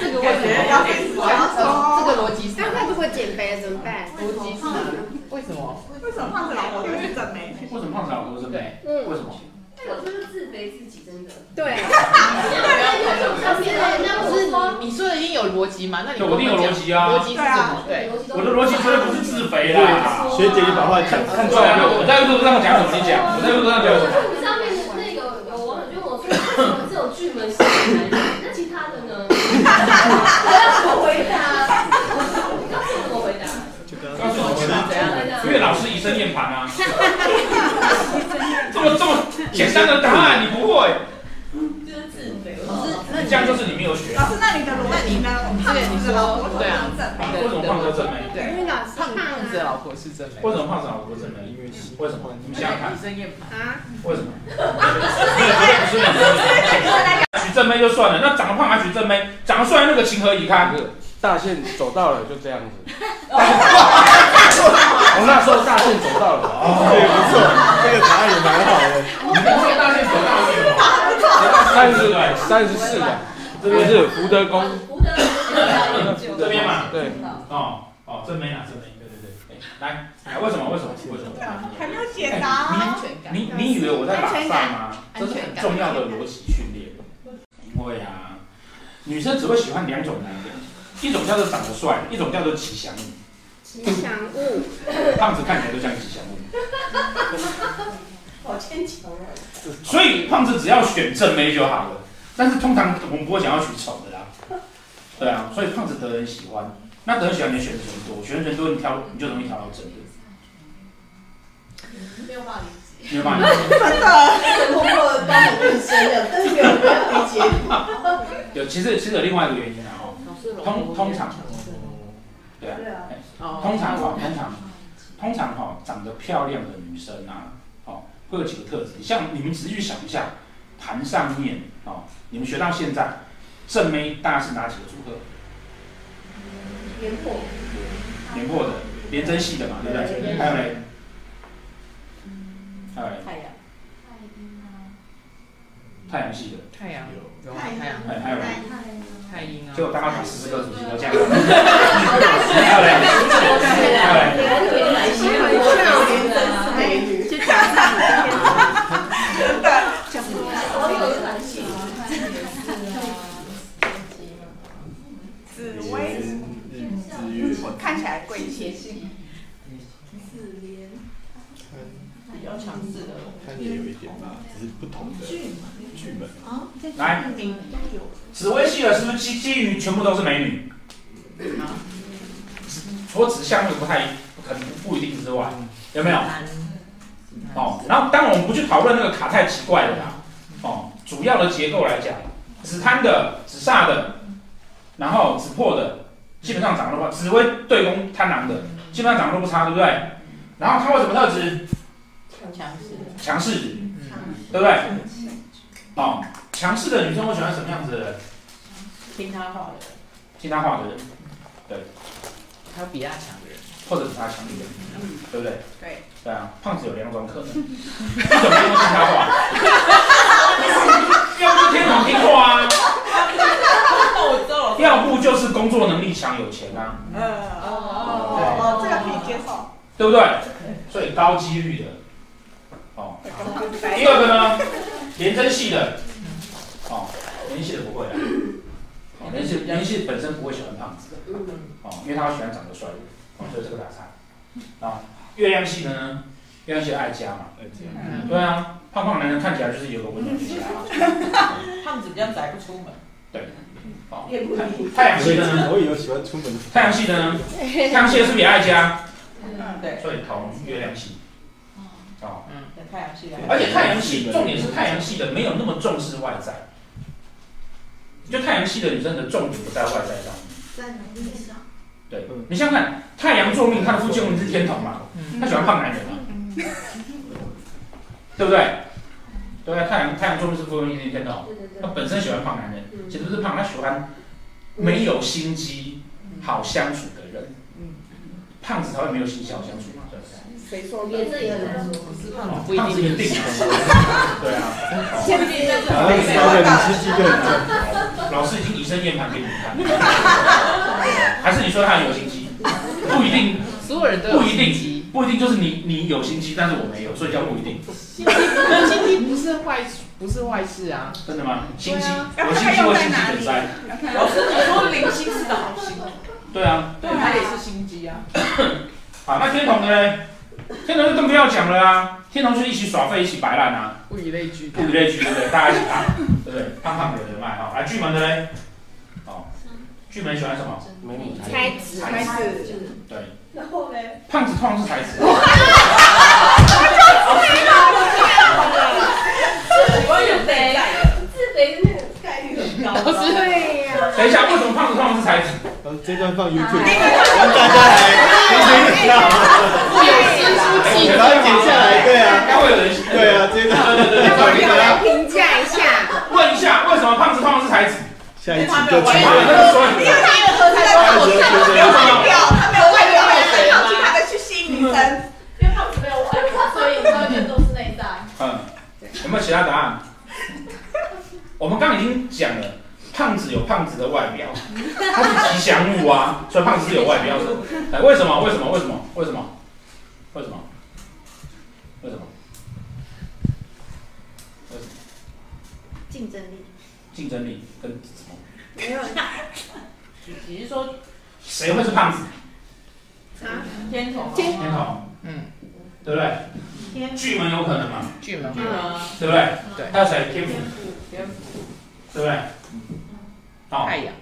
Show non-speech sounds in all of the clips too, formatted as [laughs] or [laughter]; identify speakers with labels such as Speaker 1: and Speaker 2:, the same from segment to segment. Speaker 1: 这个
Speaker 2: 感觉要
Speaker 1: 为
Speaker 2: 被
Speaker 1: 什
Speaker 2: 思
Speaker 1: 么？
Speaker 2: 想
Speaker 1: 这
Speaker 2: 说。
Speaker 1: 个逻辑是
Speaker 3: 但他如果减肥怎么办？
Speaker 1: 逻辑是为什么？
Speaker 2: 为什么胖子老婆就是正妹？
Speaker 4: 为什么胖子老婆真美？为
Speaker 3: 嗯，
Speaker 4: 什么？
Speaker 5: 但有时候是自肥自己，真的。
Speaker 3: 对，
Speaker 5: 像别人家
Speaker 1: 不是你你说的一定有逻辑嘛？那你
Speaker 4: 对，我一定有逻辑啊
Speaker 1: 逻！辑是什么？对，
Speaker 4: 我的逻辑绝对不是自肥啦。
Speaker 6: 学姐，你把话讲
Speaker 4: 看出来了，我在 YouTube 上讲什么你讲，我在 YouTube 上讲什么。
Speaker 5: 你上面那个有网友就问我说，为什么这种巨门型的男人？那其他的呢？我要怎么回答？你告诉我怎么回答？
Speaker 6: 就刚
Speaker 4: 告诉我
Speaker 6: 刚
Speaker 4: 们，
Speaker 1: 怎样？
Speaker 5: 回答
Speaker 4: 因为老师以身验盘
Speaker 1: [laughs]
Speaker 4: 啊。这么这么简单的答案你不会，
Speaker 5: 就是自肥。
Speaker 1: 那
Speaker 4: 这
Speaker 1: 你
Speaker 4: 样就是你没有学。
Speaker 2: 老师，那你的逻辑呢？胖子老婆就是正妹，
Speaker 4: 为什么胖子真美？
Speaker 1: 对
Speaker 3: 因为老师
Speaker 1: 胖胖子的
Speaker 3: 啊
Speaker 1: 老婆是真美。
Speaker 4: 为什么胖子老婆真美？因为为什么？你们想想看，
Speaker 1: 医生验盘，
Speaker 3: 啊，
Speaker 4: 为什么？所以绝对不是娶正妹就算了，那长得胖还娶正妹，长得帅那个情何以堪？
Speaker 6: 大线走到了，就这样子。
Speaker 1: 哦
Speaker 6: [laughs] 我那时候大线走到了，哦对，不错，这个答案也蛮好的。
Speaker 4: 你们这个大线走到底有
Speaker 6: 三十
Speaker 4: 对
Speaker 6: 三十四的，
Speaker 4: 这边
Speaker 6: 这
Speaker 4: 是
Speaker 6: 边是福德宫，
Speaker 5: 福德
Speaker 4: 这边嘛，
Speaker 6: 对，
Speaker 4: 哦哦，正妹啊，正妹，对对对，哎，来来，为什么？为什么？为什
Speaker 2: 对啊
Speaker 4: 么？，
Speaker 2: 还没有解答。
Speaker 1: 安全感。
Speaker 4: 你你以为我在打
Speaker 3: 安全
Speaker 4: 赛
Speaker 3: 感
Speaker 4: 吗？这
Speaker 1: 安
Speaker 4: 是
Speaker 1: 全
Speaker 4: 很
Speaker 1: 感
Speaker 4: 重要的逻辑训练。因为啊，女生只会喜欢两种男人，一种叫做长得帅，一种叫做吉祥物。
Speaker 3: 吉祥物，
Speaker 4: 胖子看起来就像吉祥物，
Speaker 5: 好牵强啊！
Speaker 4: 所以胖子只要选正妹就好了。但是通常我们不会想要娶丑的啦。对啊，所以胖子得人喜欢，那得人喜欢你的选择权多，选择权多你挑你就容易挑到正的，
Speaker 5: 没有话
Speaker 4: 你有办法。
Speaker 5: 通过帮我认真的，但是没有人要理解。
Speaker 4: 有其实其实有另外一个原因啊，哦通通常对啊。
Speaker 5: 对啊，
Speaker 1: 哦
Speaker 4: 通常哈，通常通常哈，长得漂亮的女生啊，哦，会有几个特质。像你们仔细去想一下，盘上面哦，你们学到现在，正妹大概是哪几个组合？
Speaker 5: 廉颇，
Speaker 4: 连破的、连针系的嘛，对不对？还有嘞，还有嘞，
Speaker 1: 太阳，
Speaker 4: 太阳系的，
Speaker 1: 太阳，有
Speaker 2: 太阳
Speaker 1: 太阳，
Speaker 4: 还还有嘞，
Speaker 1: 太阴啊
Speaker 4: 结。果大概把十四个主题都加上。还有嘞，
Speaker 2: 啊
Speaker 4: 还有嘞。
Speaker 3: 就讲
Speaker 2: 嗯
Speaker 5: 我有男性。
Speaker 2: 紫薇，
Speaker 6: 日月
Speaker 2: 我看起来贵气，
Speaker 1: 比较强势的，
Speaker 6: 看也有一点吧，只是不同的剧本。
Speaker 4: 来，紫薇系的是不是基基于全部都是美女？除了指向会不太可能不一定之外，有没有？哦，然后当然我们不去讨论那个卡太奇怪的啦。哦，主要的结构来讲，紫贪的、紫煞的，然后紫破的，基本上长得不紫薇对攻贪狼的，基本上长得都不差，对不对？然后它有什么特质？
Speaker 1: 强势的，
Speaker 4: 强势，对不对？哦，强势的女生会喜欢什么样子的人？
Speaker 1: 听他话的人，
Speaker 4: 听他话的人，
Speaker 1: 还有比他强的人，
Speaker 4: 或者是他强力的人，对不对？
Speaker 2: 对。
Speaker 4: 对啊，胖子有两种可能，一种就是听他话，啊要不就天堂听话啊，
Speaker 1: 那我知道了，
Speaker 4: 要不就是工作能力强有钱啊，
Speaker 2: 呃，哦，这个可以接受。
Speaker 4: 对不对？所以高几率的。哦，
Speaker 2: 跟胖子
Speaker 4: 第二个呢，连针系的，哦，连系的不会啊，哦，连系连系本身不会喜欢胖子的，哦，因为他喜欢长得帅的，哦，所以这个打叉。啊，月亮系的呢，月亮系的爱家嘛，
Speaker 1: 嗯
Speaker 4: 对啊，胖胖男人看起来就是有个温暖的家。
Speaker 1: 胖子比较宅不出门，
Speaker 4: 哦太阳系的呢？
Speaker 6: 我也有喜欢出门的，
Speaker 4: 太阳系的呢？太阳系的是不是也爱家？
Speaker 1: 对，
Speaker 4: 所以同月亮系。哦，
Speaker 1: 太阳系的，
Speaker 4: 而且太阳系重点是太阳系的没有那么重视外在，就太阳系的女生的重点不在外在上面。对
Speaker 6: 嗯，
Speaker 4: 你想想看，太阳座命，她的夫妻宫是天同嘛，她喜欢胖男人嘛，对不对？对啊，太阳太阳座命是夫妻宫是天同，
Speaker 5: 对对
Speaker 4: 她
Speaker 5: 对。
Speaker 4: 本身喜欢胖男人，
Speaker 5: 嗯
Speaker 4: 其实不是胖，她喜欢没有心机、好相处的人。胖子才会没有心机好相处嘛，对不对？哦
Speaker 2: 谁说
Speaker 5: 连这也很难说。
Speaker 1: 是胖子不
Speaker 4: 胖子
Speaker 1: 一
Speaker 4: 一定
Speaker 1: 定，
Speaker 4: 啊，对啊，
Speaker 1: 不一定，
Speaker 6: 然后
Speaker 2: 没有
Speaker 6: 找个你心机更
Speaker 4: 老老师已经以身验盘给你们看，还是你说他很有心机？不一定，
Speaker 7: 所有人都有
Speaker 4: 不一定
Speaker 7: 心机，
Speaker 4: 不一定就是你你有心机，但是我没有，所以叫不一定，
Speaker 7: 心机那心机不是坏，不是坏事啊。
Speaker 4: 真的吗？心机，
Speaker 7: 对啊
Speaker 4: 我心机会心机本塞，
Speaker 1: 老师，你说零星是个好心，
Speaker 4: 对啊。
Speaker 1: 对他也是心机啊。
Speaker 4: 好，那天童呢？天童就更不要讲了啊，天童就是一起耍废，一起摆烂啊。
Speaker 7: 物以类聚，
Speaker 4: 物以类聚，对不对？大家一起胖，对不对？胖胖的有人脉哈。来，巨门的嘞，哦，巨门喜欢什么？
Speaker 6: 美女
Speaker 3: 才子，
Speaker 4: 才子对，
Speaker 2: 然后嘞，
Speaker 4: 胖子通常是才子。
Speaker 1: 我有内在的，
Speaker 5: 自肥的那个
Speaker 2: 概率很
Speaker 1: 老
Speaker 7: 老师
Speaker 3: 对呀，
Speaker 4: 等一下，为什么胖子通常是才子？
Speaker 6: 然后这段放 YouTube，让大家来听听一下，
Speaker 7: 有师出气
Speaker 6: 然后剪下来，对啊，
Speaker 4: 该会有人
Speaker 6: 对啊，这段
Speaker 4: 对对对
Speaker 3: 让我
Speaker 4: 对
Speaker 3: 们有
Speaker 4: 对
Speaker 3: 来评价一下，
Speaker 4: 问一下，为什么胖子通常是才子？
Speaker 6: 下一集就
Speaker 4: 我
Speaker 6: 请
Speaker 4: 们那个所有
Speaker 2: 因为
Speaker 4: 人，
Speaker 2: 他没有喝太多，他没有外表，他没有外表，他很好听，他在去吸引女生。
Speaker 5: 因为胖子没有外表，所以他们都是内在。
Speaker 4: 嗯，有没有其他答案？我们刚刚已经讲了，胖子有胖子的外表，他是吉祥物啊，所以胖子是有外表的。来，为什么？为什么？为什么？为什么？为什么？为什么？
Speaker 3: 竞争力
Speaker 4: 竞争力跟什么？
Speaker 3: 没有
Speaker 1: 只是说
Speaker 4: 谁会是胖子？
Speaker 3: 啊，
Speaker 1: 天童啊，
Speaker 3: 天
Speaker 4: 天童，
Speaker 7: 嗯，
Speaker 4: 对不对？
Speaker 3: 天
Speaker 4: 巨门有可能嘛？
Speaker 7: 巨门
Speaker 1: 巨门啊，
Speaker 4: 对不对？
Speaker 7: 对
Speaker 4: 还有谁？天府，
Speaker 1: 天府
Speaker 4: 对不对？
Speaker 2: 嗯
Speaker 4: 哦，
Speaker 7: 太阳，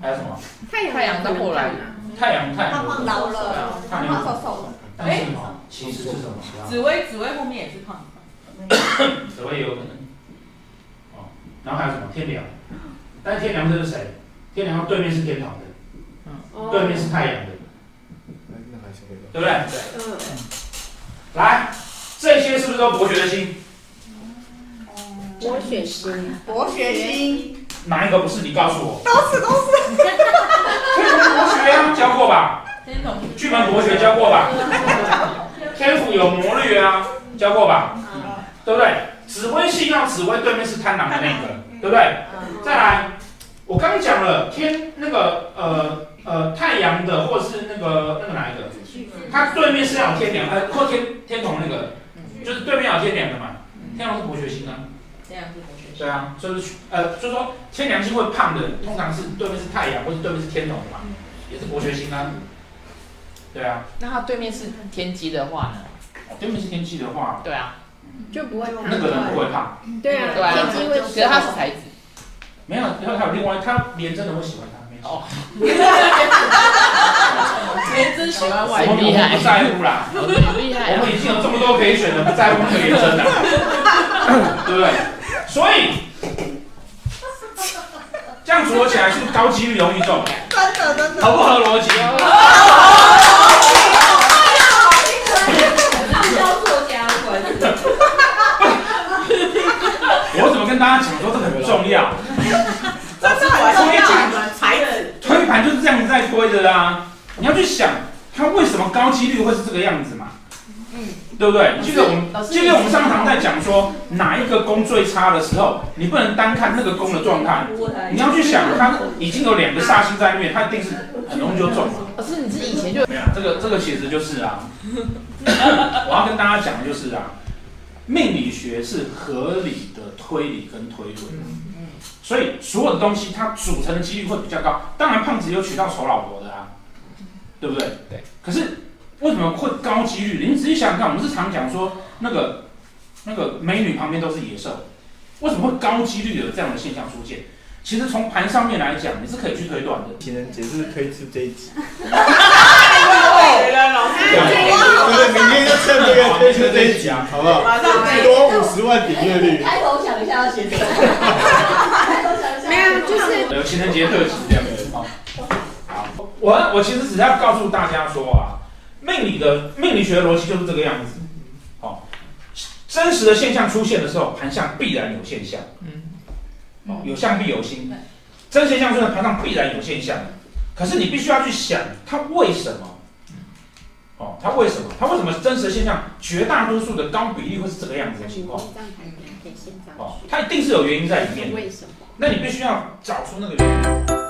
Speaker 4: 还有什么？
Speaker 3: 太阳
Speaker 7: 太阳到后来
Speaker 3: 啊，
Speaker 4: 太阳，太
Speaker 2: 胖
Speaker 4: 阳，
Speaker 2: 胖老哎了，胖胖瘦瘦的，
Speaker 4: 但是什么？其实是什么？
Speaker 1: 紫薇，紫薇后面也是胖子。
Speaker 4: 紫薇也有可能。哦，然后还有什么？天梁，但是天梁这是谁？天梁对面是天堂的，
Speaker 2: 哦
Speaker 4: 对面是太阳的，
Speaker 6: 那还是会的
Speaker 4: 对不对？
Speaker 3: 嗯，
Speaker 4: 来，这些是不是都博学的心？
Speaker 3: 我选星，
Speaker 2: 博学心，
Speaker 4: 哪一个不是？你告诉我。
Speaker 2: 都是都是，
Speaker 4: 博学啊，教过吧？
Speaker 1: 天童是
Speaker 4: 巨门博学教过吧？天府有魔律啊，教过吧？
Speaker 2: 嗯
Speaker 4: 对不对？紫薇是一样，紫薇对面是贪婪的那个，对不对？再来，我刚讲了天那个呃呃太阳的，或者是那个那个哪一个？它对面是要有天梁，呃或天天同那个，就是对面有天梁的嘛。天梁是博学星啊，
Speaker 1: 这样是同学。
Speaker 4: 对啊，就是呃就是说天梁星会胖的，通常是对面是太阳，或者对面是天同嘛，也是博学星啊。对啊，
Speaker 7: 那他对面是天机的话呢？
Speaker 4: 哦对面是天气的话，
Speaker 7: 对啊，
Speaker 3: 就不会胖，
Speaker 4: 那个人不会胖。
Speaker 3: 对啊，
Speaker 7: 对啊，
Speaker 3: 天机会
Speaker 7: 可是他是才子，
Speaker 4: 没有，因为他有另外，他连真的会喜欢他，没事。
Speaker 7: 哦
Speaker 1: 连真喜欢
Speaker 4: 我
Speaker 1: 外
Speaker 4: 们
Speaker 1: 面，
Speaker 7: 厉害
Speaker 4: 我们不在乎啦，
Speaker 7: 很厉害
Speaker 4: 我
Speaker 7: 啊。
Speaker 4: 们已经有这么多可以选了，不在乎那个连真的，对不对？所以这样组合起来是不是高几率容易中？
Speaker 2: 真的真的。
Speaker 4: 合不合逻辑？
Speaker 5: 教做家文，
Speaker 4: 我怎么跟大家讲说这个很重要？
Speaker 1: 真的
Speaker 2: 很重
Speaker 1: 要。才子，
Speaker 4: 推盘就是这样子在推的啦，你要去想它为什么高几率会是这个样子嘛？嗯，对不对？记得我们
Speaker 7: 老师
Speaker 4: 记得我们上堂在讲说哪一个宫最差的时候，你不能单看那个宫的状态，你要去想它已经有两个煞星在面，它一定是很容易就中了。
Speaker 7: 老师，你是以前就
Speaker 4: 没有，这个这个其实就是啊， [coughs] 我要跟大家讲的就是啊，命理学是合理的推理跟推论。所以所有的东西它组成的几率会比较高。当然，胖子有娶到丑老婆的啊，对不对？
Speaker 7: 对。
Speaker 4: 可是为什么会高几率？你仔细想想看，我们是常讲说那个那个美女旁边都是野兽，为什么会高几率有这样的现象出现？其实从盘上面来讲，你是可以去推断的。
Speaker 6: 情人节是不是推出这一集？
Speaker 1: 对了，老师，
Speaker 6: 对不对？明天就趁这个推出这一集啊，好不好？
Speaker 1: 马上
Speaker 6: 最多五十万点阅率。
Speaker 5: 开头想一下要写
Speaker 3: [laughs]
Speaker 5: 什么？开头想一下
Speaker 3: 没有，就是
Speaker 4: 有呃情人节特辑这样子哦。好，我我其实只是要告诉大家说啊，命理的命理学的逻辑就是这个样子。哦，真实的现象出现的时候，盘上必然有现象。
Speaker 7: 嗯，
Speaker 4: 哦，有相必有心
Speaker 1: 对。
Speaker 4: 真现象出现，盘上必然有现象。可是你必须要去想，它为什么？哦，它为什么？它为什么真实的现象绝大多数的高比例会是这个样子的情况？
Speaker 3: 这样才可以
Speaker 2: 心脏
Speaker 4: 哦，它一定是有原因在里面的。
Speaker 2: 为什么？
Speaker 4: 那你必须要找出那个原因。